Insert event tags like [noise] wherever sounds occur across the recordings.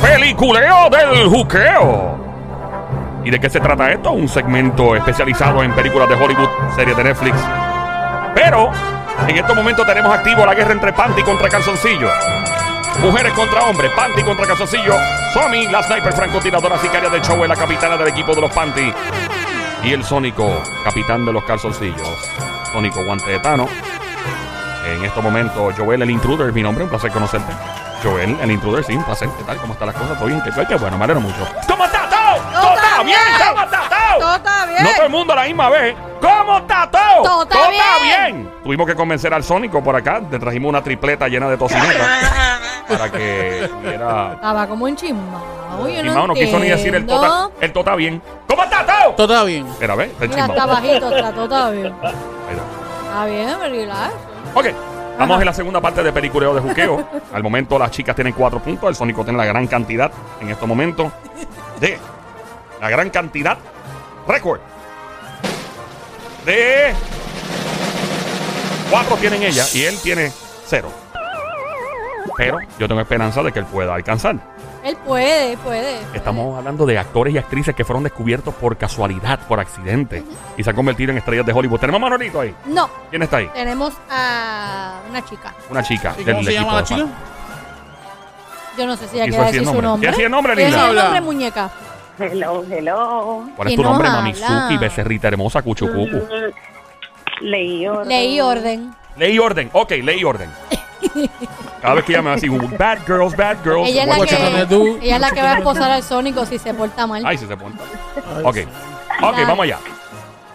Peliculeo del Juqueo. ¿Y de qué se trata esto? Un segmento especializado en películas de Hollywood, series de Netflix. Pero en estos momentos tenemos activo la guerra entre Panty contra Calzoncillo. Mujeres contra hombres, Panty contra Calzoncillo. Somi, la sniper francotiradora sicaria de show, es la capitana del equipo de los Panty. Y el Sónico, capitán de los calzoncillos. Sónico Guante de Tano. En estos momentos, Joel el Intruder, mi nombre, un placer conocerte. Joel el Intruder, sí, un placer. ¿Qué tal? ¿Cómo están las cosas? ¿Todo bien? ¿Qué tal? Qué bueno, me alegro mucho. ¿Cómo está todo? ¿Todo está bien? ¿Cómo está todo? Todo está bien. No todo el mundo a la misma vez. ¿Cómo está todo? Todo está bien. Tuvimos que convencer al Sónico por acá. Le trajimos una tripleta llena de tocinetas [laughs] para que viera. Estaba como en chismao. Yo Mi mano no quiso ni decir el tota, entiendo. el tota bien. ¿Cómo está todo? Todo está bien. Mira, ve, está Mira, enchismado. está bajito, está todo está bien. Mira. Está bien, relax. Ok. Vamos en la segunda parte de Pericureo de Juqueo. Al momento las chicas tienen cuatro puntos. El Sónico tiene la gran cantidad en estos momentos. De la gran cantidad. Récord. De cuatro tienen ella y él tiene cero. Pero yo tengo esperanza de que él pueda alcanzar. Él puede, él puede. Estamos hablando de actores y actrices que fueron descubiertos por casualidad, por accidente, y se han convertido en estrellas de Hollywood. Tenemos a Manolito ahí. No, ¿Quién está ahí? tenemos a una chica. Una chica. ¿Y del cómo se equipo llama la de fan. chica? Yo no sé si ella Quiso quiere decir decir su nombre. nombre. ¿Quiere decir nombre, ¿Quiere linda? decir el Habla. nombre, muñeca? Hello, hello. ¿Cuál es Que tu no nombre, habla. Mamizuki, becerrita hermosa, cuchucucu? Mm, Leí orden. Leí orden. Ley y orden. Ok, ley y [laughs] orden. Cada vez que llame así, bad girls, bad girls. Ella What es, la Guacha, you gonna dame que, tú. ella es la que va a esposar al Sónico si se porta mal. do? Ay, se se pone. Ok. Ok, vamos allá.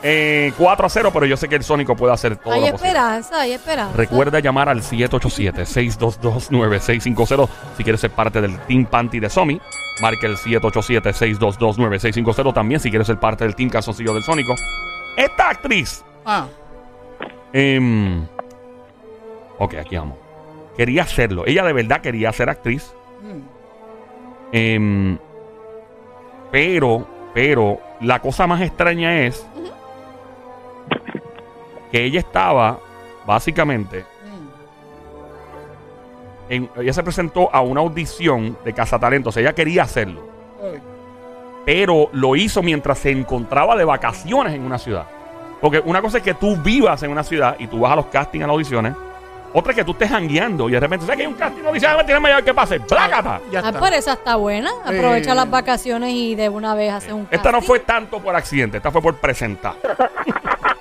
Eh, 4 a 0, pero yo sé que el Sónico puede hacer todo hay lo posible. esperanza, hay esperanza. Recuerda llamar al 787-622-9650 si quieres ser parte del Team Panty de Somi. Marca el 787-622-9650 también si quieres ser parte del Team Calzoncillo del Sónico. Esta actriz. Ah, em, ok, aquí vamos. Quería hacerlo. Ella de verdad quería ser actriz. mm, Em, pero, pero, la cosa más extraña es que ella estaba, básicamente, mm, en- ella se presentó a una audición de Cazatalentos. Ella quería hacerlo, mm, pero lo hizo mientras se encontraba de vacaciones en una ciudad. Porque una cosa es que tú vivas en una ciudad y tú vas a los castings, a las audiciones. Otra es que tú estés jangueando y de repente, ¿sabes que hay un casting? No dice, ah, tiene mayor que pase. ¡Plácata! ya Ah, está. pero esa está buena. Aprovecha Eh. las vacaciones y de una vez hace un Esta no casting. fue tanto por accidente, esta fue por presentar.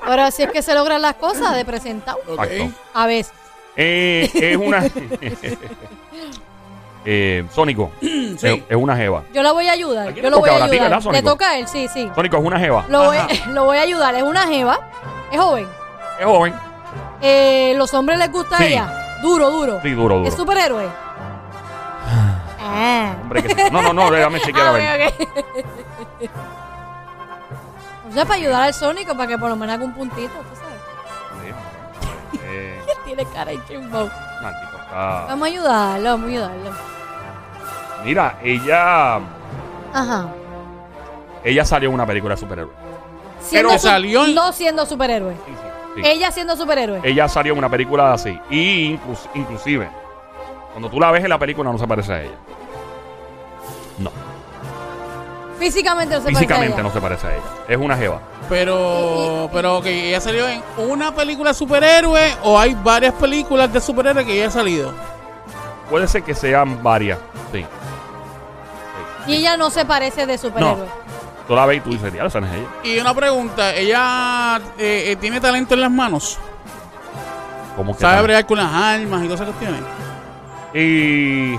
Pero así es que se logran las cosas de presentar Ok. Exacto. a veces. Eh, es [laughs] una. eh, Sónico, es, Sí. es una jeva. Yo la voy a ayudar. Aquí Yo le lo voy toca a ahora a ti, ayudar. ¿verdad, Le Sónico? toca a él, sí, sí. Sónico es una jeva. Lo voy, Ajá. [laughs] lo voy a ayudar. Es una jeva. Es joven. Es joven. Eh, los hombres les gusta Sí. a ella. Duro, duro. Sí, duro, Es duro. superhéroe. ah. Hombre, que- No, no, no, [laughs] déjame chequear a Ah, ver. ok, [laughs] ok. o sea, para ayudar al Sónico, para que por lo menos haga un puntito, tú sabes. [laughs] Sí. Eh, Tiene cara de chimbo. maldito, está- Vamos a ayudarlo, vamos a ayudarlo. Mira, ella Ajá. ella salió en una película de superhéroe. Siendo Pero salió en- No siendo superhéroe. Sí. Eh, Ella siendo superhéroe. Ella salió en una película así. Y inclus- inclusive, cuando tú la ves en la película no se parece a ella. No, Físicamente no se parece a físicamente ella. no se parece a ella. Es una jeva. Y- y- Pero, pero ok, ¿ella salió en una película de superhéroe o hay varias películas de superhéroe que ya ha salido? Puede ser que sean varias. Sí. Y ella no se parece de superhéroe. Tú la ves y tú dices, "Diablo, esa no es ella. Y una pregunta, ¿ella eh, eh, tiene talento en las manos? ¿Cómo que ¿Sabe tal? bregar con las armas y todas esas cuestiones? Y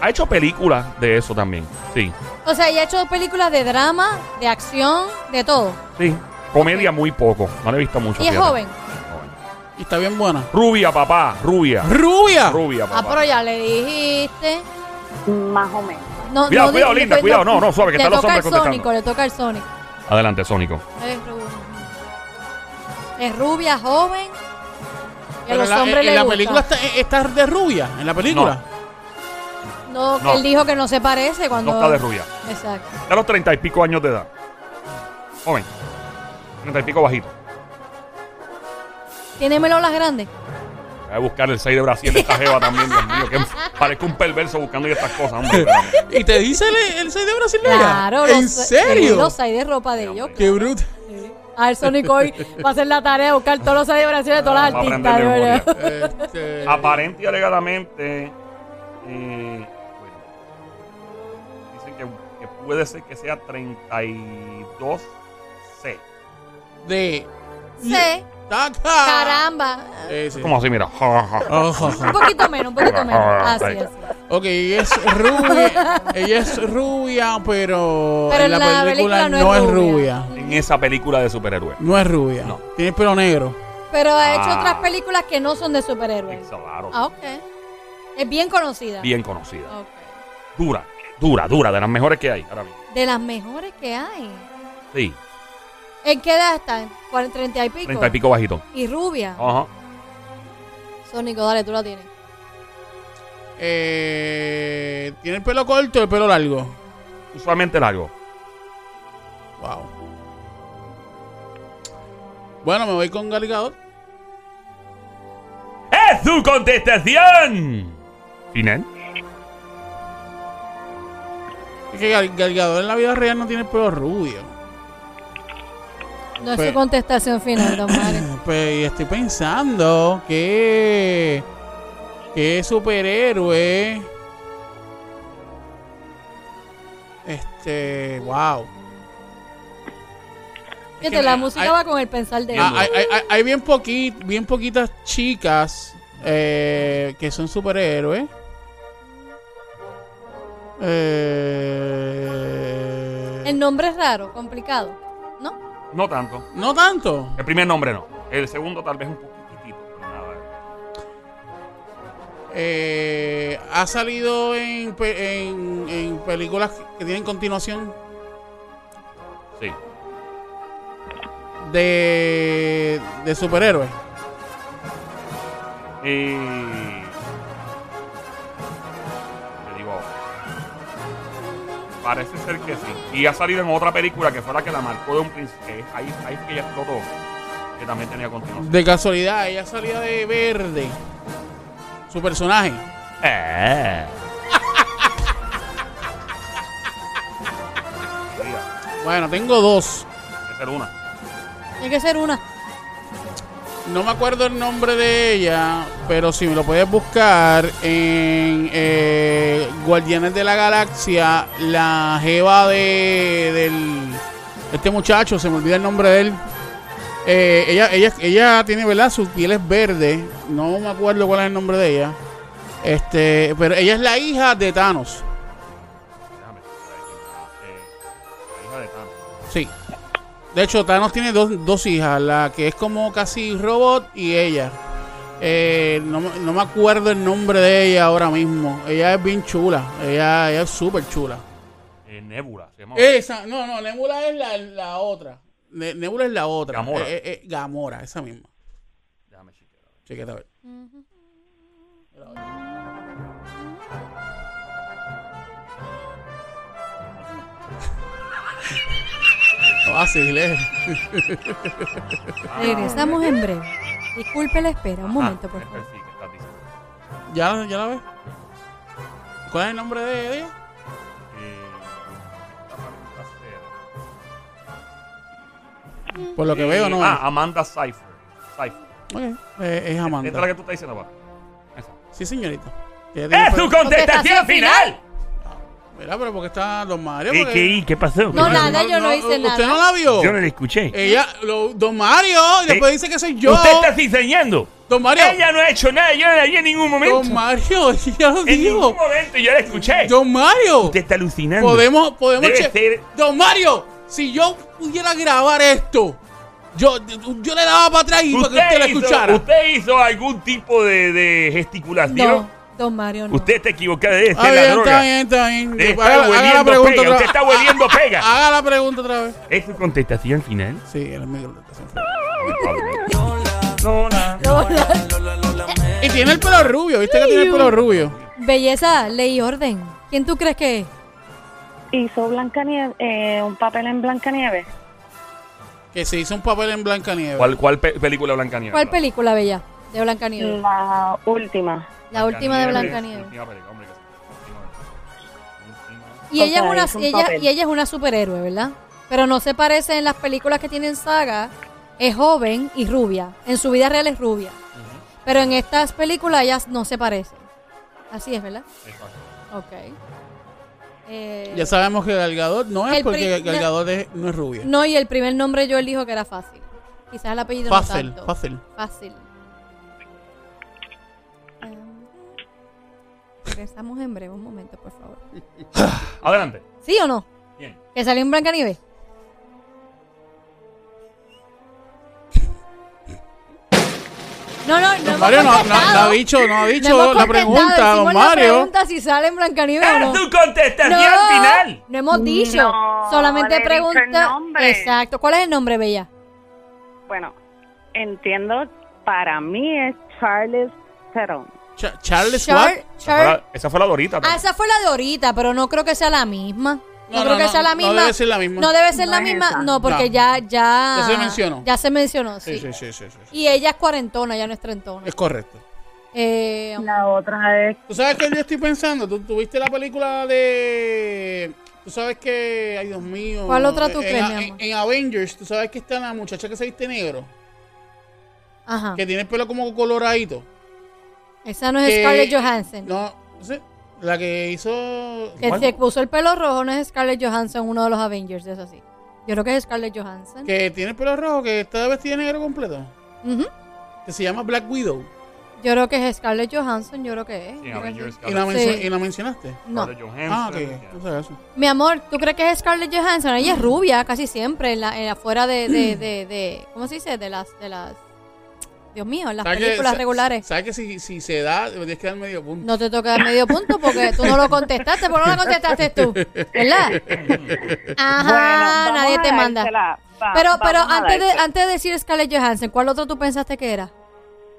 ha hecho películas de eso también. Sí. O sea, ella ha hecho películas de drama, de acción, de todo. Sí. Comedia muy poco. No la he visto mucho. Y es Pues fíjate. joven. Joven. Y está bien buena. Rubia, papá. Rubia. ¡Rubia! Rubia, Ah, papá. pero ya le dijiste. Más o menos. No, Cuidado, no, cuidado, di- linda, pues, cuidado. No, no, suave, que le están los toca hombres al Sónico, contestando. le toca al Sónico. Adelante, Sónico. Es rubia. Es rubia, joven. Y a Pero los en la, hombres en les la gusta. película está, eh, está de rubia, en la película. No, que No. él dijo que no se parece cuando... No está de rubia. Exacto. De los treinta y pico años de edad. Joven. Treinta y pico bajito. Tiene melolas grandes. Ay, Voy a buscar el 6 de Brasil de esta jeva también, Dios mío. Que parezco un perverso buscando estas cosas, hombre. espérame. ¿Y te dice el, el 6 de Brasil? Negra? Claro, ¿En los- sí, serio? Los hay de ropa de ellos. Qué bruto. A ver, Sonic hoy va a hacer la tarea de buscar todos los hay de Brasil de todas las Vamos Ah, a artistas. aprender ¿verdad? memoria. Este, Aparente y alegadamente. eh, bueno, dicen que, que puede ser que sea 32C. de. Sí, Taca. caramba. Eh, sí. ¿Cómo así? Mira. Ja, ja, ja. Ojo, ojo. Un poquito menos, un poquito menos. Así, Ahí. así. Ok, ella es rubia, ella es rubia, pero, Pero en la, película, no, es rubia. En esa película de superhéroes. No es rubia. No. Tiene pelo negro. Pero ha hecho Ah. otras películas que no son de superhéroes. Claro. Ah, ok. Es bien conocida. Bien conocida. Ok. Dura, dura, dura. De las mejores que hay ahora mismo. De las mejores que hay. Sí. ¿En qué edad están? ¿Cuarenta, ¿Treinta y pico? 30 y pico Ah. bajito. Y rubia. Ajá. Sónico, dale, tú la tienes. Eh, tiene el pelo corto y el pelo largo. Usualmente largo. Wow. Bueno, me voy con Galgador. ¡Es su contestación! Final. Es que Galgador en la vida real no tiene el pelo rubio. No es Pues- su contestación [laughs] final, don Mario. Pues y estoy pensando que. que superhéroe. Este. Wow. Fíjate, la hay- música hay- va con el pensar de él. Ah, hay, hay- hay- hay bien, poqui- bien poquitas chicas eh, que son superhéroes. Eh, El nombre es raro, complicado. ¿No? No tanto. no tanto. El primer nombre no. El segundo tal vez un poquitito. pero nada. Eh, ha salido en, pe- en, en películas que tienen continuación Sí. de, de superhéroes. Y... Te digo ahora. Parece ser que sí. Y ha salido en otra película que fue la que la marcó de un príncipe. Ahí, ahí es que ella explotó. Que también tenía continuación. De casualidad, ella salía de verde. Su personaje. [laughs] Eh. Bueno, tengo dos. Esa era una. Tiene que ser una. No me acuerdo el nombre de ella, pero si me lo puedes buscar en eh, Guardianes de la Galaxia, la jeva de del, este muchacho, se me olvida el nombre de él. Eh, ella, ella, ella tiene, ¿verdad? Su piel es verde. No me acuerdo cuál es el nombre de ella. Este, pero ella es la hija de Thanos. Déjame. Eh, la hija de Thanos. Sí. De hecho, Thanos tiene dos, dos hijas, la que es como casi robot y ella. Eh, no, me- no me acuerdo el nombre de ella ahora mismo. Ella es bien chula. Ella, ella es súper chula. Eh, Nebula. Se llama. Esa, no, no, Nebula es la, la otra. Ne- Nebula es la otra. Gamora. Eh, eh, eh, Gamora, esa misma. Déjame chequear. a ver. Chequete a ver. Ah. No, así, le- Ah, Regresamos en breve. Disculpe la espera, un momento, por Ah, favor. sí, que estás diciendo. ¿Ya, ¿Ya la ves? ¿Cuál es el nombre de ella? Eh, Amanda Seyfried. Por lo que veo, no. Ah, Amanda Seyfried. Seyfried. Ok, eh, es Esta es la Amanda. que tú estás diciendo, papá. Esa. Sí, señorita. Ella tiene ¡Es pe- tu contestación Contestación final! Mira, pero porque está Don Mario. ¿Y Porque- qué, qué pasó? No, Eh, nada, yo no hice nada. ¿Usted no la vio? Yo no la escuché. Ella, lo- Don Mario, y después dice que soy yo. Usted está diseñando. Don Mario, Ella no ha hecho nada, yo no la vi en ningún momento. Don Mario, [laughs] ya lo en ningún digo. momento yo la escuché. Don Mario, Usted está alucinando. podemos, podemos. Debe che- ser- Don Mario, si yo pudiera grabar esto, yo, yo le daba para atrás y para que usted la hizo, escuchara. usted hizo algún tipo de, de gesticulación. No, don Mario, no. Usted está equivocado. Debe Ah, ser la bien, droga. está bien, está bien. Te está Haga- haga hueliendo pega, otra usted vez. está hueliendo pega. Haga la pregunta otra vez. ¿Es su contestación final? Sí, el micro. Lola. Y tiene el pelo rubio, ¿viste que tiene el pelo rubio? Belleza, ley y orden. ¿Quién tú crees que es? Hizo Blancanieves, eh, un papel en Blancanieves. Que se hizo un papel en Blancanieves. ¿Cuál, cuál pe- película Blanca ¿Cuál película, Bella? de Blancanieves. la última. La última de Blancanieves. Blancanieves. Última película, hombre, que- última película. Última. Y ella, O sea, es es una, un y ella, papel. y ella es una superhéroe, ¿verdad? Pero no se parece en las películas que tienen saga. Es joven y rubia. En su vida real es rubia. Pero en estas películas ellas no se parecen. Así es, ¿verdad? Exacto. Ok. Eh, Ya sabemos que Gal Gadot no es El porque pri- Gal Gadot es- no es rubia. no, y el primer nombre yo elijo que era fácil. Quizás el apellido Fácil, no tanto. fácil. Fácil. Eh, Regresamos en breve, un momento, por favor. Adelante. ¿Sí o no? Bien. Que salió en Blancanieves. No, no, no. Don hemos Mario no, no- no contestado. ha dicho, no ha No dicho hemos la contestado. pregunta, Hicimos don la Mario. pregunta si sale en Blancanieves o no. ¡Es tu contestación No, final! no hemos dicho. No, le Solamente he dicho el pregunta. nombre. Exacto. ¿Cuál es el nombre, Bella? Bueno, entiendo, para mí es Charles Theron. Cha- Charles Char- Watt. Esa fue, Char- la, esa fue la Dorita. Ah, esa fue la de ahorita, pero no creo que sea la misma. No, No, creo no, que no, sea la no misma. debe ser la misma. No debe ser No la es misma. esa. No, porque No. ya, ya. Ya se mencionó. Ya se mencionó, sí. Sí, sí, sí, sí, sí, sí. Y ella es cuarentona, ya no es trentona. Es correcto. Eh, La otra es ¿Tú sabes que yo estoy pensando? ¿Tú tuviste la película de... Tú sabes que... Ay, Dios mío. ¿Cuál otra tú En- crees, en- mi amor? En, Avengers, tú sabes que está la muchacha que se viste negro, ajá. que tiene el pelo como coloradito. Esa no es que- Scarlett Johansson. No, no sé, la que hizo... que ¿Cuál? se puso el pelo rojo no es Scarlett Johansson, uno de los Avengers, es así. Yo creo que es Scarlett Johansson. Que tiene el pelo rojo, que está vestida de negro completo. Ujú. Que se llama Black Widow. Yo creo que es Scarlett Johansson, yo creo que Sí, es. Yo creo que Avengers, sí. Y la, mencio- Sí. y la mencionaste. No. Scarlett Johansson. Ah, ok. Yeah. No sabes eso. Mi amor, ¿tú crees que es Scarlett Johansson? Ella es rubia casi siempre, en la, en afuera de, de, de, de- ¿Cómo se dice? De las. de las Dios mío, en las ¿Sabes que- películas sa- regulares. ¿Sabes que si, si se da, tienes que dar medio punto? No te toca dar medio punto porque tú no lo contestaste, porque no lo contestaste tú. ¿Verdad? Bueno, Ajá, vamos nadie a te manda. dársela. Va- Pero, pero vamos a antes, de, dársela. antes de decir Scarlett Johansson, ¿cuál otro tú pensaste que era?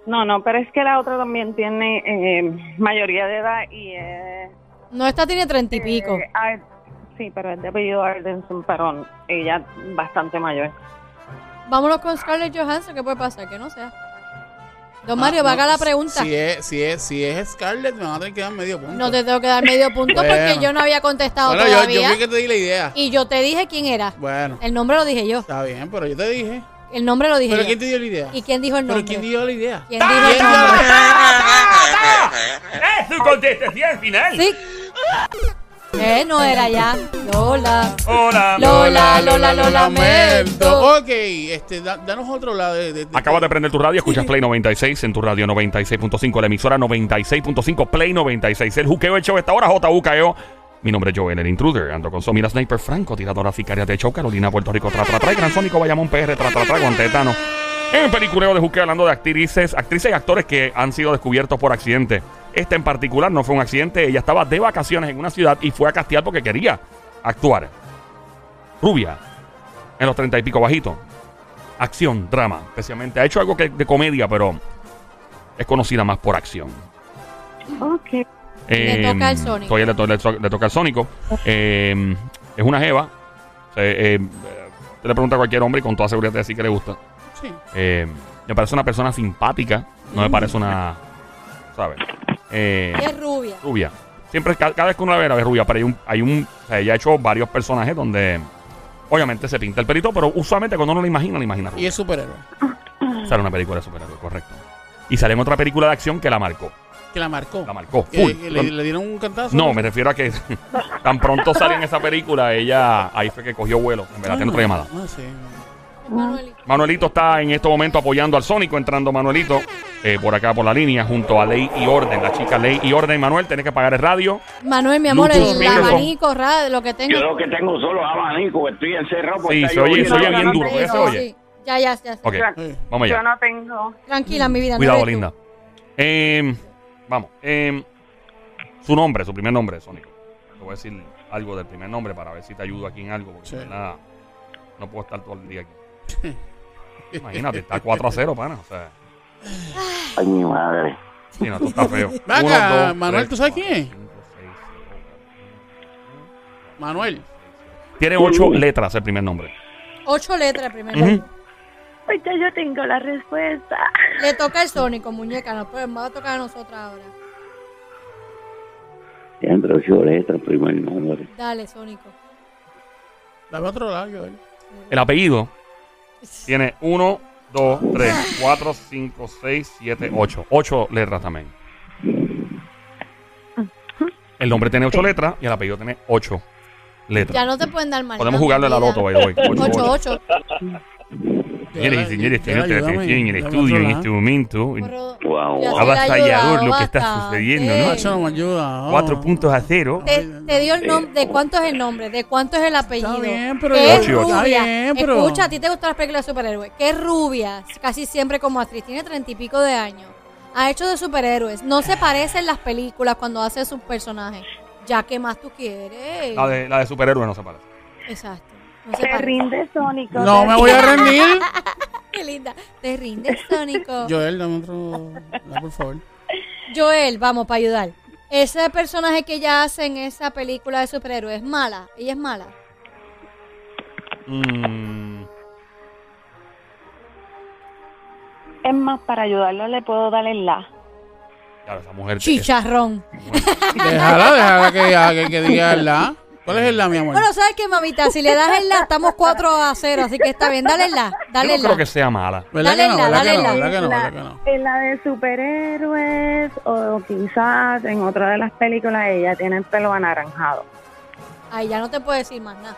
No, no, pero es que la otra también tiene eh, mayoría de edad y es... No, esta tiene treinta y eh, pico. Ar- sí, pero es de apellido Ardenson Perón. Ella es bastante mayor. Vámonos con Scarlett Johansson, ¿qué puede pasar? Que no sea. Don Ah, Mario, vaga la pues, pregunta. Si es, si, es, si es Scarlett, me van a tener que dar medio punto. No te tengo que dar medio punto porque Bueno. yo no había contestado bueno, yo, todavía. yo fui que te di la idea. Y yo te dije quién era. Bueno, El nombre lo dije yo. está bien, pero yo te dije. El nombre lo dije ¿Pero yo. quién te dio la idea? ¿Y quién dijo el ¿Pero nombre? quién dio la idea? ¿Quién dijo el ¿Quién nombre? dio la- ¡Es tu contestación final! Sí. Eh, no era ya. Lola. Hola. Lo- Lola, Lola, lo lamento. Ok, este, da- danos otro lado de... de- de- Acabas de prender tu radio, escuchas Play 96 en tu radio 96.5, la emisora 96.5, Play 96. El juqueo el show esta hora, JUKEO. E Mi nombre es Joel, el intruder. Ando con Somira Sniper Franco, tiradora sicaria de show, Carolina, Puerto Rico, tra, tra, tra, y Gran Sónico, Bayamón, PR, tra, tra, tra, Guantetano. En peliculeo de juqueo hablando de actrices, actrices y actores que han sido descubiertos por accidente. Este en particular no fue un accidente, ella estaba de vacaciones en una ciudad y fue a castear porque quería actuar. Rubia, en los treinta y pico bajito acción, drama, especialmente. Ha hecho algo que, de comedia, pero es conocida más por acción. Ok. Le toca al Sónico. Sónico. Le, to- le to- le toca al Sónico. Eh, es una jeva. Eh, eh, te le pregunta a cualquier hombre y con toda seguridad te dice que le gusta. Sí. Eh, me parece una persona simpática. No me parece una... ¿Sabes? Eh, Ella es rubia. rubia. Siempre, ca- cada, vez que uno la ve, la ve rubia, pero hay un, hay un, o sea, ella ha hecho varios personajes donde obviamente se pinta el pelito, pero usualmente cuando uno la imagina, la imagina Y rubia. es superhéroe. Sale una película de superhéroe, correcto. Y sale en otra película de acción que la marcó. Que la marcó. La marcó. Que- Full. que le, le dieron un cantazo. No, me refiero a que [laughs] tan pronto salió en esa película, ella ahí fue que cogió vuelo. En verdad, tiene otra llamada. Ah, No sé. Manuelito. Manuelito está en este momento apoyando al Sónico, entrando Manuelito eh, por acá por la línea junto a Ley y Orden, la chica Ley y Orden. Manuel, tenés que pagar el radio. Manuel, mi amor, Bluetooth, el, micrófono. abanico, ra- lo que tenga. Yo lo que tengo solo es abanico, estoy encerrado porque Sí, está se oye, se lloviendo. oye bien no, no, duro. no, ¿Ya se no, oye? sí. Ya, ya, ya. Ok, Yo, Sí. vamos yo allá. no tengo... Tranquila, mi vida. no Cuidado, eres tú. linda. Eh, vamos. eh, su nombre, su primer nombre, Sónico. Te voy a decir algo del primer nombre para ver si te ayudo aquí en algo. Porque Sí. en verdad, no puedo estar todo el día aquí. [laughs] Imagínate, está 4 a 0, pana. O sea, Ay, mi madre. sí, no, esto está feo. [laughs] Ven acá, Manuel, ¿tú sabes quién es? Manuel. Tiene 8 letras el primer nombre. Ocho letras primero. Ujú. Pues ya yo tengo la respuesta. Le toca el Sónico, muñeca, no puede, va a tocar a nosotras ahora. Entre ocho letras, primer nombre. Dale, Sónico. Dame otro lado, Joel. El apellido tiene 1, 2, 3, 4, 5, 6, 7, 8. 8 letras también. El nombre tiene 8 letras y el apellido tiene 8 Ya letras. no te pueden dar mal. Podemos jugarle a la loto, by the way. 8, 8. 8-8. Señores y señores, tenemos que Ayúdame, atención en el dame estudio otro en lado. este momento. Pero- Wow, Ah, Ya se wow. le ha Avasallador ayudado lo que está bastante. sucediendo, ¿no? Eso no me ayuda. oh. 4 este puntos a 0. Te, te dio el nombre, ¿de cuánto es el nombre? ¿De cuánto es el apellido? bien, pero ¿Qué yo- es Ocho y ocho. rubia? Está bien, pero- Escucha, ¿a ti te gustan las películas de superhéroes? ¿Qué es rubia? Casi siempre como actriz, tiene treinta y pico de años. Ha hecho de superhéroes. No se parecen las películas cuando hace sus personajes. Ya, ¿qué más tú quieres? La de, la de superhéroe no se parece. Exacto. No se Te parece. rinde, Sónico. No te me voy a rendir. Qué linda. Te rindes, Sónico. Joel, dame otro. lado, por favor. Joel, vamos, para ayudar. Ese personaje que ella hace en esa película de superhéroes es mala. Ella es mala. Mm, Es más, para ayudarlo le puedo dar el la. claro, esa mujer. Chicharrón. Déjala, déjala que, a- que, que diga el la. ¿Cuál es el la, mi amor? Bueno, ¿sabes qué, mamita? Si le das el la, estamos 4 a 0, así que está bien. Dale el la, dale yo el no la. creo que sea mala. ¿Verdad dale que no? la, ¿Verdad dale que no? la. ¿Verdad que no? La- ¿Verdad que no? En la de superhéroes o quizás en otra de las películas ella tiene el pelo anaranjado. Ay, ya no te puedo decir más nada.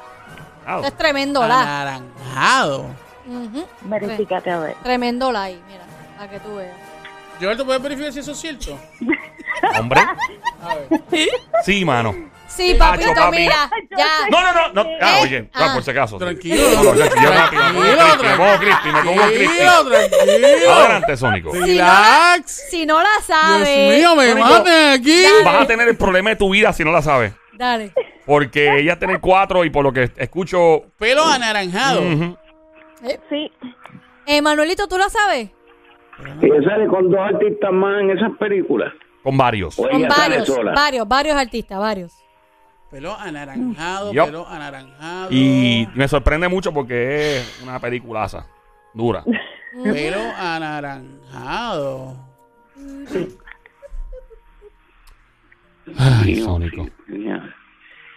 Ah, Esto es tremendo la. Anaranjado. Ujú. Verifícate a ver. Tremendo la ahí, mira, para que tú veas. Joel, ¿tú puedes verificar si eso es cierto? [laughs] Hombre. A ver. Sí, mano. Sí, Tacho, papito, papi. mira, ya. No, no, no. no. Ah, Eh, oye, ah, ah. por si acaso. sí. Tranquilo. No, no, yo- yo rápido, me pongo Tranquilo, Cristi, me pongo Cristi, me pongo Cristi. Tranquilo, tranquilo. Adelante, Sónico. Relax. Si no la Dios sabes, mío, me maten aquí. Dale. Vas a tener el problema de tu vida si no la sabes. dale. Porque ella tiene cuatro y por lo que escucho. Pelo anaranjado. ujú. Sí, Eh, Manuelito, ¿tú la sabes? Y ella sale con dos artistas más en esas películas. Con varios. O Con ella sale varios, sola. varios, varios artistas, varios. Pelo anaranjado, Yup. pelo anaranjado. Y me sorprende mucho porque es una peliculaza. Dura. Pelo anaranjado. Ay, Sónico. Ya.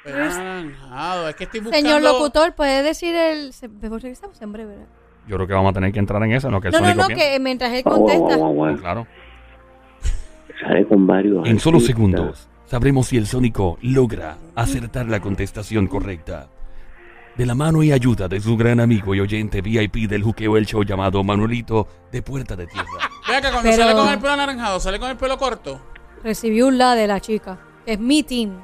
Pelo anaranjado. Es que estoy buscando. Pues, Señor locutor, ¿puede decir el...? se- Regresamos en breve, ¿verdad? Yo creo que vamos a tener que entrar en eso, en lo que el No, no, Sónico no, piensa. que mientras él Guau, guau, contesta... guau, guau. Claro. Sale con varios. En solo artistas. segundos sabremos si el Sónico logra acertar la contestación correcta. De la mano y ayuda de su gran amigo y oyente VIP del juqueo el show llamado Manuelito de Puerta de [laughs] Tierra. Ve acá, cuando Pero- sale con el pelo anaranjado, sale con el pelo corto. Recibí un la de la chica. que Es mi team.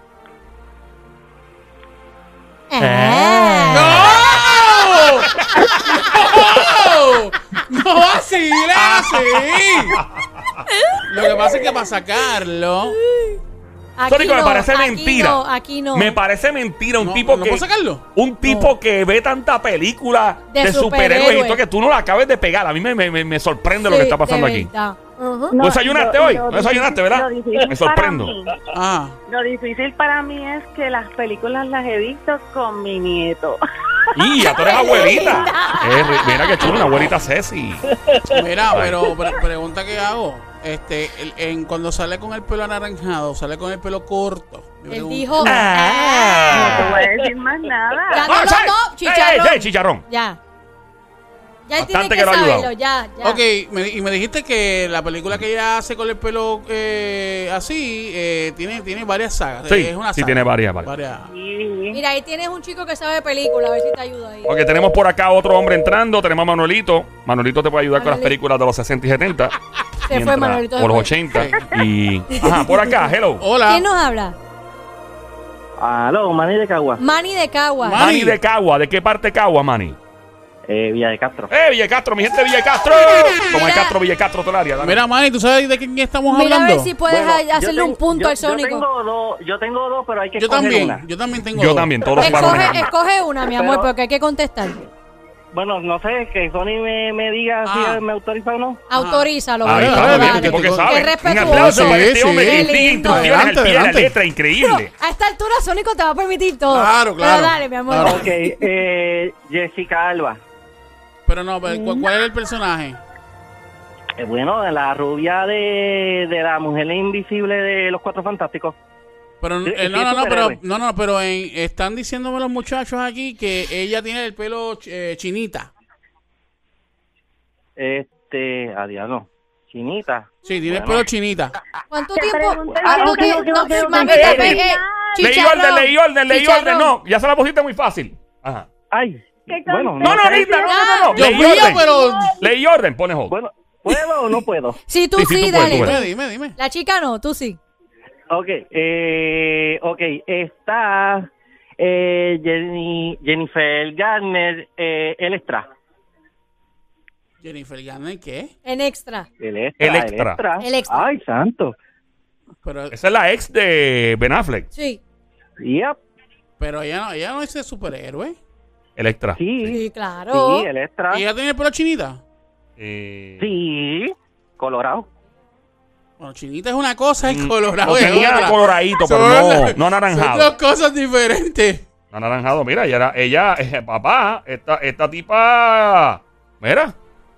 Eh. Eh. ¡No! [laughs] ¡No! ¡No así, así! Lo que pasa es que para sacarlo. Aquí Sónico, me no, parece aquí mentira. No, aquí no. Me parece mentira un No, tipo ¿no que. puedo sacarlo? Un tipo que ve tanta película de, De superhéroes y superhéroes. todo que tú no la acabes de pegar. A mí me, me- me- me sorprende lo que está pasando aquí. aquí. No, ¿Tú desayunaste lo- hoy? lo ¿No desayunaste, difícil- verdad? lo difícil Me sorprendo. para mí- Ah. lo difícil para mí es que las películas las he visto con mi nieto. [laughs] Y ya tú [laughs] eres abuelita. Eh, re- mira que chulo, una abuelita Ceci. Mira, pero pre- pregunta que hago. Este, el- en, cuando sale con el pelo anaranjado, sale con el pelo corto. Yo Él pregunto, dijo. "Eh". No te Ah. voy a decir más Ya nada. no, Ah, ¿sabes? no, no, Ey, chicharrón. ey, ey, chicharrón. Ya. Ya él tiene Bastante que, que lo ha ayudado. saberlo. Ya, ya. Ok, me- y me dijiste que la película que ella hace con el pelo eh, así eh, tiene, tiene varias sagas. Sí, es una sí, saga. tiene varias, varias. Sí. Mira, ahí tienes un chico que sabe de película. A ver si te ayuda ahí. Ok, tenemos por acá otro hombre entrando. Tenemos a Manuelito. Manuelito te puede ayudar con las Manuelito. películas de los 60 y 70. Se fue mientras- Manuelito. se O los fue. 80. Sí. Y. Ajá, por acá, hello. Hola. ¿Quién nos habla? Aló, Manny de Cagua, Manny de Cagua. Manny. Manny de Cagua. ¿De qué parte de Cagua, Manny? eh, Villa de Castro. ¡Eh, Villecastro, mi gente de Villecastro! Como el Castro, Villecastro, todo el área. dale. Mira, Manny, ¿tú sabes de quién estamos Mira a hablando? ver si puedes Bueno, ha- yo hacerle tengo- un punto yo- al Sónico. Yo tengo dos, yo tengo dos, pero hay que yo escoger también, una. yo también tengo Yo dos. también, todos los varones. Escoge, escoge una, mi amor, Pero- porque hay que contestar. Ah. Bueno, no sé, que Sony me, me diga Ah. si me autoriza o no. Autorízalo. Ahí Ah, Manny, está, muy bien, dale. un tipo que Qué sabe. Un respetuoso. aplauso ¿eh? para Sí, este sí. hombre que Qué sigue lindo. instrucciones Adelante, al pie de la adelante. letra, increíble. Pero a esta altura Sónico te va a permitir todo. Claro, claro. Pero dale, mi amor. Claro. Ok, eh, Jessica Alba. Pero no, pero Mm. ¿cu- ¿cuál era el personaje? Eh, bueno, la rubia de, de la mujer invisible de los Cuatro Fantásticos. Pero Sí, eh, sí, no, no, no, pero superhéroe. no, no, pero en- están diciéndome los muchachos aquí que ella tiene el pelo eh, chinita. Este, adiós, no. Chinita. Sí, tiene el Bueno. pelo chinita. ¿Cuánto Te tiempo? pregunté, ¿Cuánto ok, tiempo? ok, ok, No, ok, mami, ok. dame, eh, Leí chicharrón, orden, leí orden, leí orden. chicharrón. No, ya se la pusiste muy fácil. Ajá. Ay, ¿Qué bueno, No, no, sé Linda, no, no, no. no. Dios Leí mío, orden. pero. Leí orden, pone hold. Bueno, ¿puedo o no puedo? Sí, tú Sí, sí, sí, tú puedes, dale. tú puedes. Dime, dime, dime. La chica no, tú sí. Ok, eh, ok, está eh, Jenny, Jennifer Garner, eh, el extra. Jennifer Garner, ¿qué? En extra. El extra. El extra. El extra. Ay, santo. Pero, Esa es la ex de Ben Affleck, Sí. Yep, pero ella no, ella no es el superhéroe. el extra. sí. Sí, claro. Sí, el extra. ¿Y ella tiene el pelo chinita? Eh, Sí, colorado. Bueno, chinita es una cosa, es Lo [laughs] colorado. es tenía otra. coloradito, pero Son- [laughs] no, no Son dos anaranjado. cosas diferentes. No anaranjado, mira, ella, era- ella eh, papá, esta, esta tipa. Mira,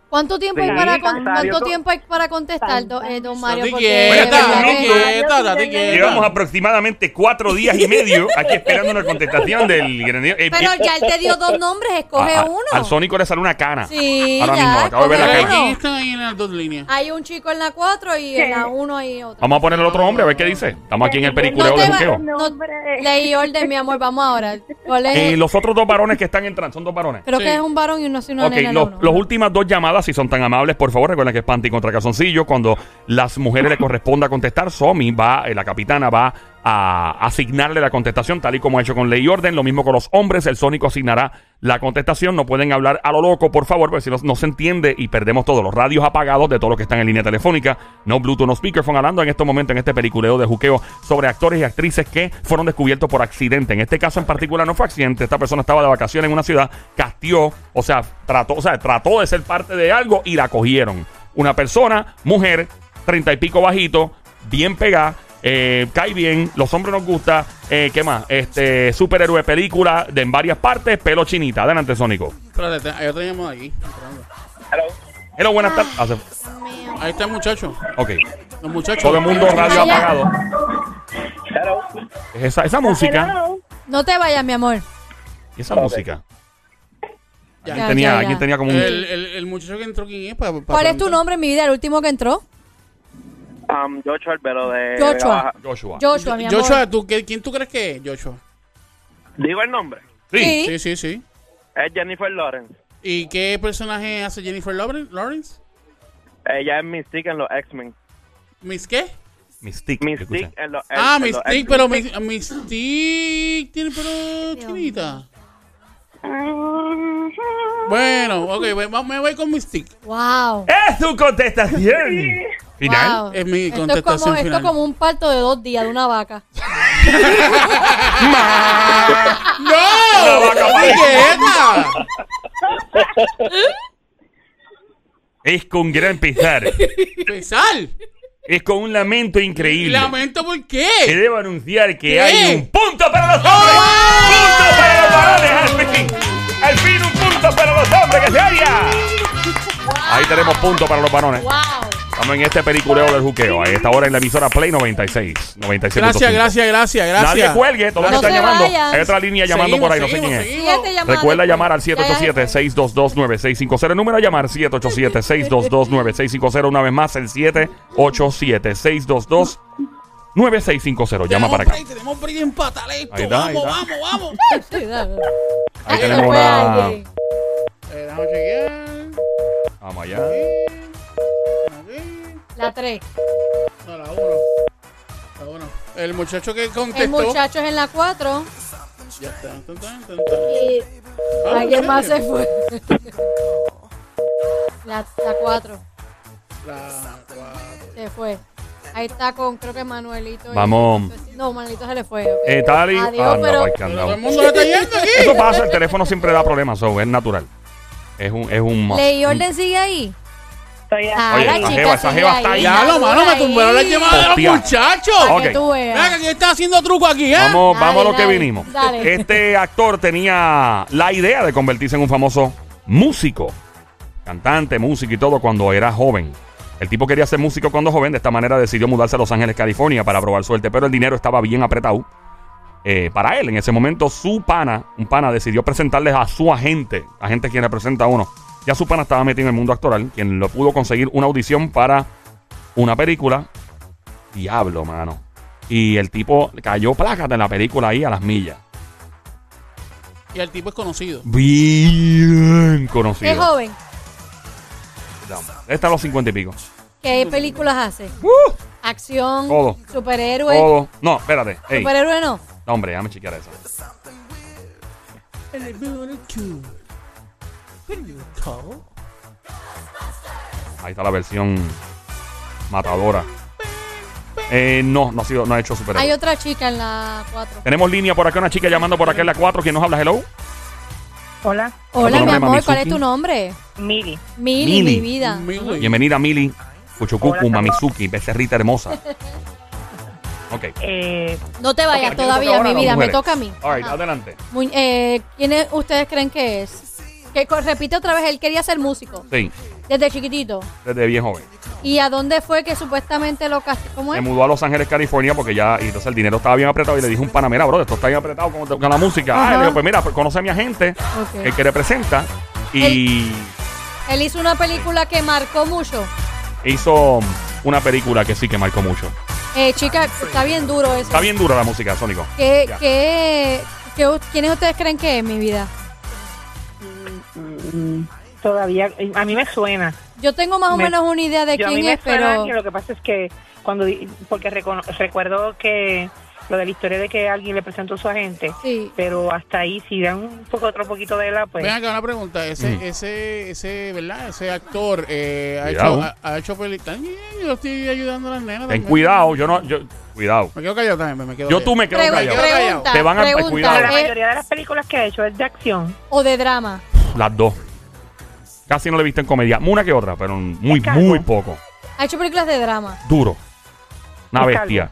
¿Cuánto tiempo hay Sí, para con- Mario, cuánto tú- tiempo hay para contestar, do- eh, don Mario? Date Porque Oye, quieta, está ¿verdad date que- bien. quieta, date quieta. llevamos aproximadamente cuatro días y medio aquí esperando una contestación del grandido. eh, Pero ya él te dio dos nombres, escoge a- a- uno. Al Sónico le sale una cana. Sí, Ahora ya, mismo, acabo de ver la escoge cara. uno. Aquí están ahí en las dos líneas. Hay un chico en la 4 y en la 1 hay otro. Vamos a poner al otro hombre a ver qué dice. Estamos aquí en el pericureo No de te va- juqueo. no- Nombre. leí orden, mi amor, vamos ahora. ¿Cuál es? Eh, los otros dos varones que están entrando son dos varones. Creo sí. que es un varón y uno sin una ok, nena. los, no, no. los últimas dos llamadas, si son tan amables, por favor, recuerden que es Panty contra Calzoncillo. Cuando las mujeres le corresponda contestar, Somi va, eh, la capitana va a asignarle la contestación, tal y como ha hecho con ley y orden. Lo mismo con los hombres, el Sónico asignará la contestación. No pueden hablar a lo loco, por favor, porque si no, no se entiende y perdemos todos los radios apagados de todos los que están en línea telefónica. No Bluetooth, no speakerphone, hablando en este momento, en este peliculeo de juqueo sobre actores y actrices que fueron descubiertos por accidente. En este caso en particular no fue accidente, esta persona estaba de vacaciones en una ciudad, castió, o sea, trató, o sea, trató de ser parte de algo y la cogieron. Una persona, mujer, treinta y pico bajito, bien pegada, eh, cae bien, los hombres nos gusta, eh, ¿qué más? Este superhéroe película de en varias partes, pelo chinita. Adelante, Sónico. Espérate, te- hay otro llamado aquí. entrando. Hello, buenas tardes. Ah, se- Ahí está el muchacho. Ok. Los muchachos. Todo el mundo radio Allá. apagado. Esa, esa música. Hello. No te vayas, mi amor. y Esa música. Ya, Alguien ya, tenía, ya. alguien tenía como un. El, el, el muchacho que entró, ¿quién es? Pa- pa- ¿Cuál es preguntar. tu nombre, mi vida? El último que entró. Um, Joshua Arbelo de Joshua. Vega Baja. Joshua. Joshua, mi amor. Joshua, ¿tú, qué- ¿quién tú crees que es, Joshua? Digo el nombre. Sí. Sí. Sí, sí, sí. Es Jennifer Lawrence. ¿Y qué personaje hace Jennifer Lawren- Lawrence? Ella es Mystique en los X-Men. ¿Miss qué? Mystique. Mystique escucha. en los Ah, en los Mystique, X-Men. pero Mis- Mystique tiene pero chinita. Bueno, ok, ve- va- me voy con Mystique. Wow. Es tu contestación. Eh, Final. Wow. Es mi esto es contestación como, esto final. es como un parto de dos días de una vaca. La [laughs] ¡No! vaca ¡Qué quieta! Es con gran pesar. ¡Pesar! es con un lamento increíble. Lamento por que qué. debo anunciar que ¿Qué? hay un punto para los hombres. ¡Punto para los varones! ¡Al fin! ¡Al fin un punto para los hombres! ¡Que se haya! Ahí tenemos punto para los varones. Wow. Estamos en este peliculeo del juqueo. A esta hora en la emisora Play 96. 96. Gracias, gracias, gracias, gracias. Nadie cuelgue, todos los No que están se llamando. vayan. Hay otra línea llamando por ahí, no sé Seguimos, quién es. seguimos, Siete seguimos. llamadas Recuerda después. llamar al Ya, ya, ya. [laughs] 787-622-9650. El número a llamar 787-622-9650. Una vez más, el 787-622-9650. Llama Tenemos para acá. break, Tenemos break en pataleto. Ahí está, ahí vamos, está. vamos, vamos. Sí, dale. Ahí Eso tenemos fue una. alguien. Eh, déjame chequear. Vamos allá. Aquí. La tres. No, la uno. La uno. El muchacho que contestó. El muchacho es en la 4 Ya está. Tan, tan, tan, tan. y Ah, alguien más se muchacho. fue. [laughs] La 4 La cuatro. se fue. Ahí está con, creo que Manuelito. y- Vamos. No, Manuelito se le fue. ok. Eh, Tali. Adiós, Ah, no, pero- hay que Pero andar. todo el mundo le está yendo aquí. [laughs] Eso pasa, el teléfono siempre da problemas, so, es natural. Es un. Es un Ley y orden sigue ahí. Estoy Ah, Oye, la esa chica jeva- esa sigue jeva está ahí. Ya, lo mano, me tumbaron la llamada de Hostia. los muchachos. Para Ok. que tú Venga, veas. que está haciendo truco aquí, ¿eh? Oh. Vamos, Dale, vamos a lo que dale, vinimos. dale. Este actor tenía la idea de convertirse en un famoso músico. cantante, músico y todo cuando era joven. El tipo quería ser músico cuando joven, de esta manera decidió mudarse a Los Ángeles, California para probar suerte, pero el dinero estaba bien apretado. eh, para él, en ese momento, su pana, un pana, decidió presentarles a su agente, agente quien representa a uno. Ya su pana estaba metido en el mundo actoral, quien lo pudo conseguir una audición para una película. Diablo, mano. Y el tipo cayó plácate en la película ahí a las millas. Y el tipo es conocido. Bien conocido. Es joven. Está a los cincuenta y pico. ¿Qué películas hace? ¡Uh! Acción, Todo. superhéroe. Todo. No, espérate. Ey, Superhéroe no. no, hombre, déjame chequear eso. Ahí está la versión matadora. Eh, no, no ha sido, no ha hecho Hay superhéroe. otra chica en la 4. Tenemos línea por acá, una chica llamando por acá en la 4. ¿Quién nos habla? Hello. Hola, Hola, mi nombre es amor, ¿cuál es Mamizuki? tu nombre? Mili. Mili, Mili. mi vida. Miley. Bienvenida, Mili. Cuchucucu, Hola, Mamizuki, becerrita hermosa. Ok. Eh, No te vayas Ok, todavía, ahora mi las vida, me mujeres. toca a mí. All right, Ajá. adelante. Mu- eh, ¿Quiénes ustedes creen que es? Que, co- repite otra vez, él quería ser músico Sí, desde chiquitito. desde bien joven. ¿Y a dónde fue que supuestamente lo castigó? ¿Cómo Se es? mudó a Los Ángeles, California, porque ya, y entonces el dinero estaba bien apretado. Y le dije a un pana, mira, bro, esto está bien apretado con, con la música. Ah, Ajá. y le digo, pues mira, pues conoce a mi agente, el Ok. que representa. Y Él hizo una película que marcó mucho. hizo una película que sí que marcó mucho. Eh, chica, está bien duro eso. Está bien dura la música, Sónico. ¿Qué, Ya. qué- qué- quiénes ustedes creen que es, mi vida? mm, todavía, eh, a mí me suena. Yo tengo más o Me- menos una idea de Yo a mí quién me es, suena pero... alguien, lo que pasa es que cuando, di- porque recono- recuerdo que lo de la historia de que alguien le presentó a su agente, Sí. pero hasta ahí si dan un poco otro poquito de la, pues. Ven acá una pregunta, ese, Ujú. ese, ese, ¿verdad? Ese actor eh, ha, Cuidado. hecho, ha, ha hecho peli. También yo estoy ayudando a las nenas. Ten también. cuidado, yo no, yo, cuidado. Me quedo callado también, me quedo Yo callado. tú me quedo Pregu- callado. callado. pregunta, Te van a- pregunta, cuidado. la ¿eh? mayoría de las películas que ha hecho es de acción. o de drama. Las dos. Casi no le he visto en comedia. Una que otra, pero muy, Chicago. muy poco. Ha hecho películas de drama. Duro. Una Chicago. bestia.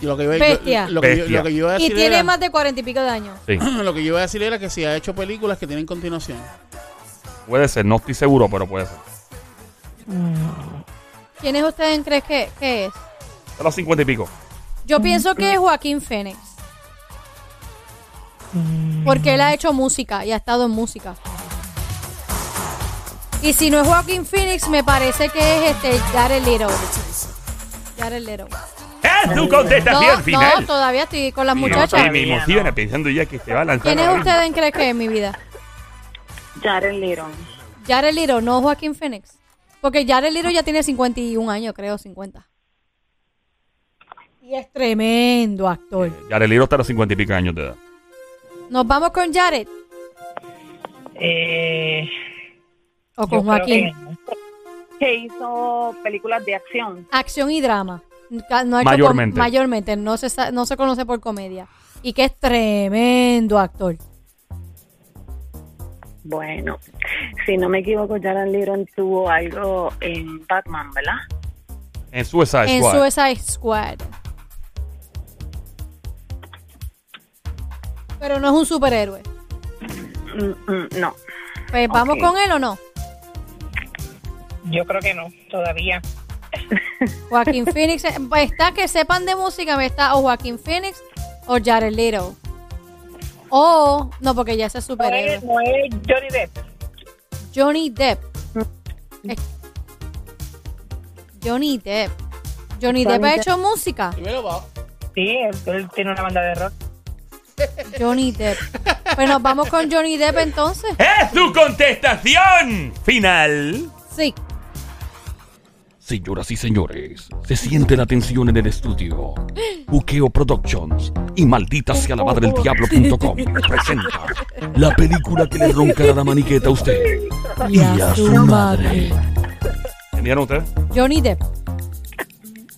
Y Lo que, iba- Bestia. Lo, lo que yo, Bestia. lo que yo iba a Y decir tiene era, más de cuarenta y pico de años. Sí. [clears throat] Lo que yo iba a decir era que si ha hecho películas que tienen continuación. Puede ser, no estoy seguro, pero puede ser. ¿Quiénes ustedes creen que, que es? A los cincuenta y pico. Yo pienso Mm, que es Joaquín Fénix. Porque él ha hecho música y ha estado en música. Y si no es Joaquín Phoenix, me parece que es este Jared Leto. Jared Leto. ¡Es tu contestación No, final! no, todavía estoy con las Y me- muchachas. me emociona pensando ya que se va a lanzar. ¿Quiénes ahora mismo. ustedes creen que es mi vida? Jared Leto. Jared Leto, no Joaquín Phoenix. Porque Jared Leto ya tiene 51 años, creo, 50. Y es tremendo actor. Jared Leto está a los cincuenta y pico años de edad. ¿Nos vamos con Jared Eh, o con yo creo Joaquín? Que, hizo películas de acción. Acción y drama. Nunca- No ha hecho Mayormente. com- mayormente, no se, sa- no se conoce por comedia. Y que es tremendo actor. Bueno, si no me equivoco, Jared Leto tuvo algo en Batman, ¿verdad? En Suicide en Squad. Suicide Squad. Pero no es un superhéroe. Mm, mm, no. Pues vamos con él o no. Yo creo que no, todavía. Joaquín [laughs] Phoenix. eh, Está que sepan de música, me está o Joaquín Phoenix o Jared Leto. O, no, porque ya ese es No es, superhéroe. no es Johnny Depp. Johnny Depp. Eh, Johnny Depp. Johnny Depp ha hecho música. Y me lo va. Sí, él, él tiene una banda de rock. Johnny Depp. Pues nos vamos con Johnny Depp entonces. ¡Es tu contestación final! Sí. Señoras y señores, se siente la tensión en el estudio. Buqueo Productions y maldita sea la madre del diablo.com presenta la película que le ronca la maniqueta a usted y a su madre. ¿Entendieron ustedes? Johnny Depp.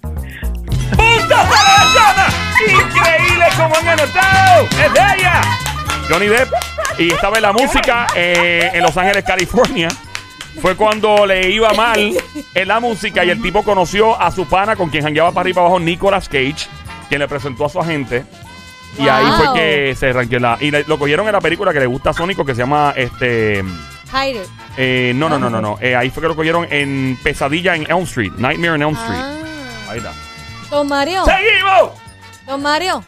¡Punto para la dama! ¡Increíble como han anotado! ¡Es de ella! Johnny Depp. Y estaba en la música eh, en Los Ángeles, California. Fue cuando le iba mal en la música y el tipo conoció a su pana con quien jangueaba para arriba y para abajo, Nicolas Cage, quien le presentó a su agente. Y ahí Wow. fue que se ranqueó la. Y le- lo cogieron en la película que le gusta a Sónico que se llama este. Jaire. Eh, no, no, no, no, no. Eh, ahí fue que lo cogieron en Pesadilla en Elm Street. Nightmare en Elm Street. Ah. Ahí está. Don Mario, ¡Seguimos! don Mario,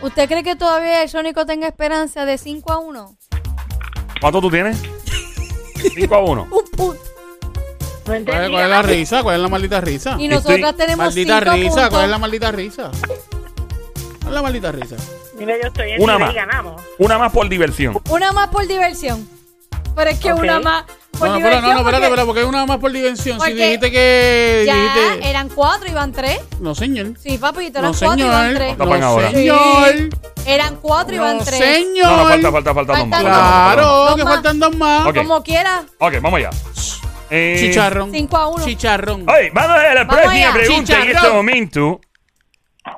¿usted cree que todavía el Sónico tenga esperanza de 5 a 1? ¿Cuánto tú tienes? 5 a 1. Un punto. ¿Cuál, es- cuál es la risa? ¿Cuál es la maldita risa? Y nosotras Estoy- tenemos 5 Maldita risa, puntos. ¿cuál es la maldita risa? ¿Cuál es la maldita risa? Mira, yo estoy en Una Chile más. y ganamos. Una más por diversión. Una más por diversión. Pero es que Ok. una más por No, no, pero diversión. no, no, espérate, porque espérate, porque hay una más por diversión. Si Porque dijiste que. ya dijiste- eran cuatro, iban tres. No, señor. Sí, papi, te No, eran cuatro, iban señor. tres. Tapan ahora. No, señor. Eran cuatro, iban No, tres. señor. No, no, falta, falta, falta. dos más, falta Faltan- dos más, falta dos Claro, Dos que más. faltan dos más. Ok. Como quiera, más. Ok, vamos allá. Eh, Chicharrón. Cinco a uno. Chicharrón. Oye, vamos a la Vamos próxima allá. pregunta en Chicharrón. este momento.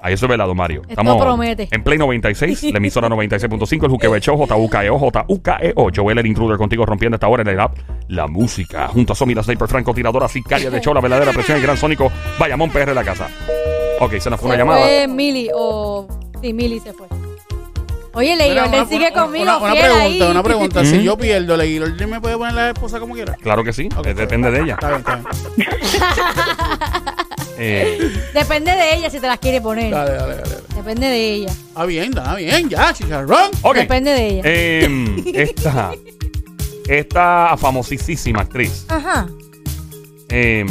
Ahí eso es velado, Mario. Esto promete. en Play 96, la emisora 96.5, el Juqueo de Show, JUKEO, JUKEO. E Joel el intruder contigo rompiendo esta hora en la app. La música, junto a Somi, la sniper francotiradora, sicaria de show, la verdadera presión, el gran sónico, Bayamón PR de la casa. Ok, se nos fue una se llamada. fue Mili o... Sí, Mili se fue. Oye, Leidor, Mira, le sigue una- conmigo Una, una fiel pregunta, ahí. una pregunta. Mm. Si yo pierdo, la Guillermo me puede poner la esposa como quiera. Claro que sí, Ok, eh, depende de ella. Está bien, está bien. Eh, [laughs] Depende de ella si te las quiere poner. Dale, dale, dale. dale. Depende de ella. Está bien, está bien. Ya, chicharrón. ok, Depende de Eh. ella. em, esta, esta famosísima actriz. Ajá. eh,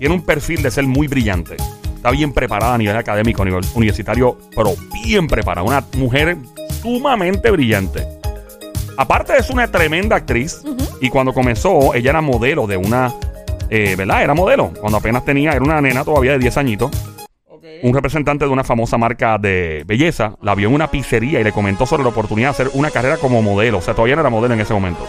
tiene un perfil de ser muy brillante. Está bien preparada a nivel académico, a nivel universitario, pero bien preparada. Una mujer sumamente brillante. Aparte es una tremenda actriz y cuando comenzó ella era modelo de una, eh, ¿verdad? Era modelo. Cuando apenas tenía, era una nena todavía de 10 añitos. Un representante de una famosa marca de belleza la vio en una pizzería y le comentó sobre la oportunidad de hacer una carrera como modelo. O sea, todavía no era modelo en ese momento.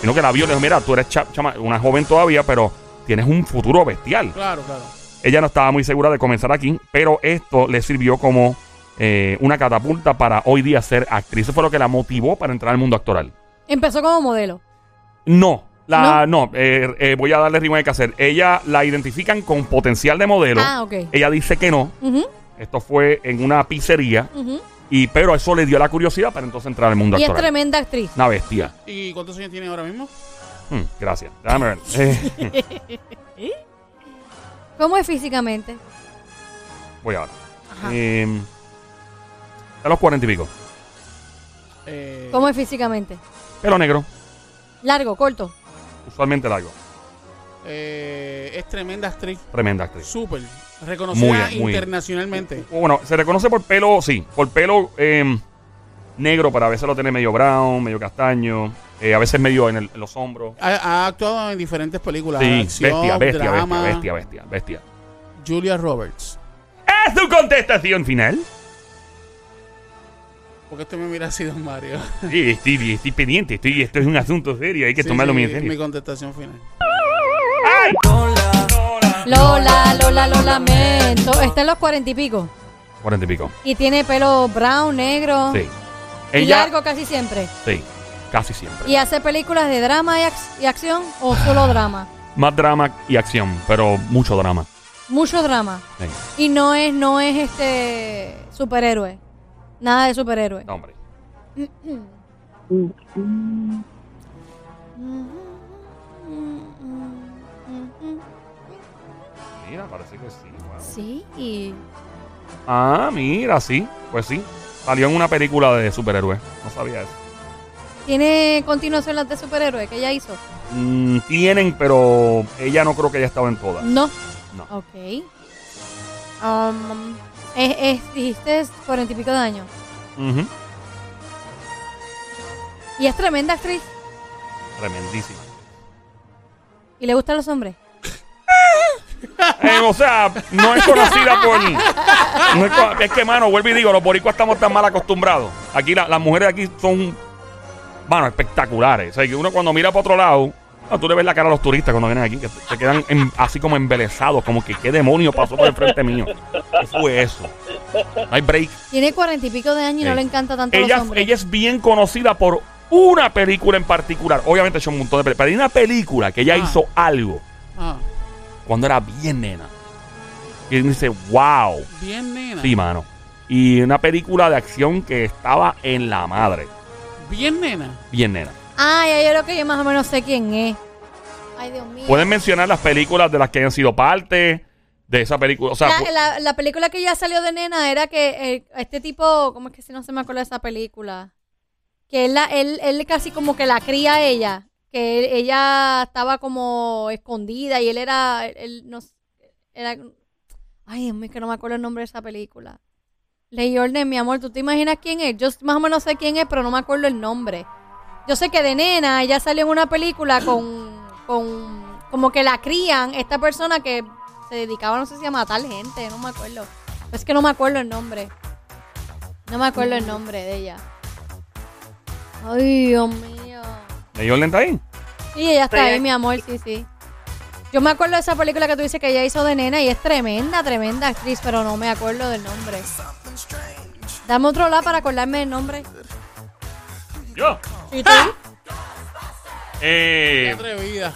Sino que la vio y le dijo, mira, tú eres cha- chama- una joven todavía, pero tienes un futuro bestial. Claro, claro. Ella no estaba muy segura de comenzar aquí, pero esto le sirvió como eh, una catapulta para hoy día ser actriz. Eso fue lo que la motivó para entrar al mundo actoral. Empezó como modelo. No, la, no, eh, eh, voy a darle rima de hacer. Ella la identifican con potencial de modelo. Ah, ok. Ella dice que no. Ujú, Esto fue en una pizzería. ujú. Y pero eso le dio la curiosidad para entonces entrar al mundo Y es actoral. tremenda actriz. Una bestia. ¿Y cuántos años tiene ahora mismo? Hmm, gracias. Déjame [laughs] ver. Eh, ¿Cómo es físicamente? voy ahora. Ajá. Eh, a los cuarenta y pico. Eh, ¿Cómo es físicamente? Pelo negro, Largo, corto. usualmente largo. eh, es tremenda actriz. Tremenda actriz. Súper. Reconocida Muy bien, muy bien. internacionalmente. Oh, Bueno, se reconoce por pelo, sí, por pelo eh, negro, pero a veces lo tiene medio brown, medio castaño, eh, a veces medio en, el- en los hombros. Ha, ha actuado en diferentes películas. Sí, acción, bestia, bestia, drama. bestia, bestia, bestia, bestia. Julia Roberts. ¿Es tu contestación [laughs] final? Porque esto me mira así, [laughs] don Mario. Sí, estoy, estoy pendiente, estoy, esto es un asunto serio, hay que Sí, tomarlo sí, muy en serio. Mi contestación final. Lola, Lola, lo lamento. Está en los cuarenta y pico. Cuarenta y pico. Y tiene pelo brown, negro. Sí. Y Ella, largo casi siempre. sí, casi siempre. Y hace películas de drama y, ac- y acción o solo Ah. drama. Más drama y acción, pero mucho drama. Mucho drama. Sí. Y no es, no es este superhéroe. Nada de superhéroe. No, hombre. Mira, parece que sí. wow. Sí. y- Ah, mira, sí. Pues sí. Salió en una película de superhéroes. No sabía eso. Tiene continuación las de superhéroe que ella hizo. Mm, tienen, pero ella no creo que haya estado en todas. No. No. Ok. Um, es, es- dijiste cuarenta y pico de años. Ujú. Y es tremenda actriz. Tremendísima. Y le gustan los hombres. Eh, o sea, no es conocida por. no es, co- es que, mano, vuelvo y digo, los boricuas estamos tan mal acostumbrados. Aquí la- las mujeres aquí son, mano, espectaculares. O sea, que uno cuando mira para otro lado, ah, tú le ves la cara a los turistas cuando vienen aquí, que se se quedan en- así como embelesados, como que qué demonio pasó por el frente mío. ¿Qué fue eso? No hay break. Tiene cuarenta y pico de años y no Ey. le encanta tanto los Ella, hombres. ella es bien conocida por una película en particular. Obviamente, ha hecho un montón de películas, pero hay una película que ella Ah. hizo algo Ah, cuando era bien nena. Y uno dice, wow. Ah. bien, nena. Sí, mano. Y una película de acción que estaba en la madre. Bien, nena. Bien, nena. Ah, ya yo creo que yo más o menos sé quién es. Ay, Dios mío. Pueden mencionar las películas de las que hayan sido parte de esa película. O sea, La, pu- la- la película que ya salió de nena era que eh, este tipo, ¿cómo es que si no se me acuerda de esa película? Que él, la- él, él casi como que la cría a ella, que él- ella estaba como escondida y él era, él, no s- era, ay Dios mío, es que no me acuerdo el nombre de esa película. Ley y Orden, mi amor, ¿tú te imaginas quién es? Yo más o menos sé quién es, pero no me acuerdo el nombre. Yo sé que de nena ella salió en una película con, con como que la crían esta persona que se dedicaba, no sé si a matar gente, no me acuerdo. Es que no me acuerdo el nombre. No me acuerdo el nombre de ella. Ay, Dios mío. ¿Ley Orden está ahí? Sí, ella está Estoy ahí, aquí. mi amor, sí, sí. Yo me acuerdo de esa película que tú dices que ella hizo de nena y es tremenda, tremenda actriz, pero no me acuerdo del nombre. Dame otro lado para acordarme del nombre. Yo. ¿Y tú? Eh, Atrevida.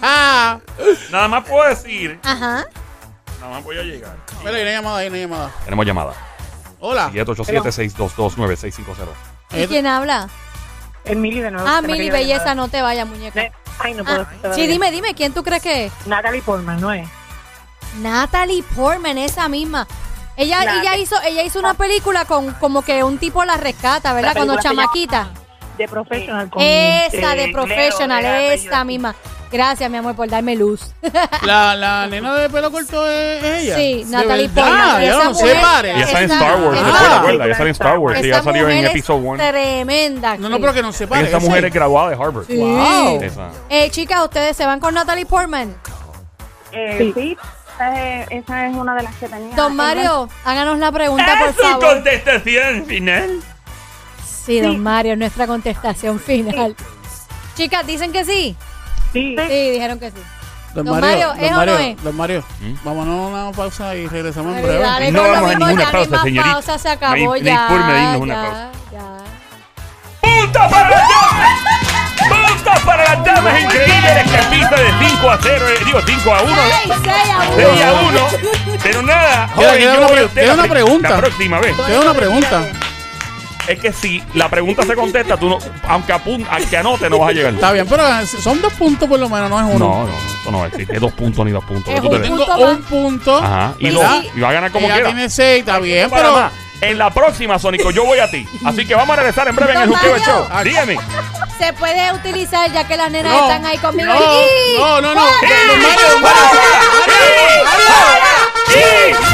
[laughs] nada más puedo decir. Ajá. Nada más voy a llegar. Pero hay una llamada, hay una llamada. Tenemos llamada. Ah. Hola. 787-622-9650. ¿Y quién habla? Emily de nuevo. Ah, se me Mili, cayó la belleza, llamada. no te vayas, muñeca. Ne- Ay, no puedo. Ah, todavía. sí, dime, dime, ¿quién tú crees que es? Natalie Portman, ¿no es? Natalie Portman, esa misma. Ella, Nat- ella hizo, ella hizo una película con como que un tipo la rescata, ¿verdad? Ah. La Cuando película que chamaquita. De Professional. con, Esa eh, de Glero, Professional, esa de Apellido. misma. Gracias, mi amor, por darme luz. La, la nena de pelo corto es es ella. Sí, ¿De Natalie verdad? Portman. Ya Esa no se mujer- Y pare. ya sale en Esa- Star Wars, esa- recuerda, recuerda. Ya sale en Star Wars. Esa Pues Sí, ya salió en mujer es Episode 1. Tremenda. No, no, actriz. pero que no se pare. Esta ese. mujer es graduada de Harvard. Sí. Wow. Esa. Eh, chicas, ustedes se van con Natalie Portman. Eh, sí, Sí. esa, es, esa es una de las que tenía. Don Mario, háganos la pregunta, por favor. contestación final. Sí, don Mario, nuestra contestación [laughs] final. Chicas, ¿dicen que sí? Sí. Sí, dijeron que sí. Don Don Mario, Mario, ¿es don o Mario, no es? don Mario, ¿Mm? vámonos a una pausa y regresamos en Dale, breve. dale, No con lo vamos a mismo, ninguna la pausa, misma señorita. pausa se No acabó hay- no hay ya. forma de irnos una ya, pausa. ya. ¡Punto para las damas! ¡Punto para las damas increíbles! Que pista de 5 a 0, eh, digo 5 a 1. Ey, seis a uno. 6 a 1. Pero nada, joven, queda yo voy a una pre- usted queda la una pri- pregunta. La próxima vez. Tengo una pregunta. Es que si la pregunta se contesta, tú no, aunque, apun, aunque anote, no vas a llegar. Está bien, pero eh, son dos puntos por lo menos, no es uno. No, no, eso no existe. Dos puntos ni dos puntos. Es Tú te- un Tengo punto un más. punto. Ajá. Y, ¿verdad? dos, y va Pues a ganar como Ella quiera. tiene seis, está bien, Para pero... más, en la próxima, Sónico, yo voy a ti. Así que vamos a regresar en breve en el Don Juqueo del Mario. Show. Dígame. Se puede utilizar ya que las nenas No, están ahí conmigo. No, ¡Y! no, no, no. ¡Fuera! Don Mario, don Mario, don Mario. ¡Sí!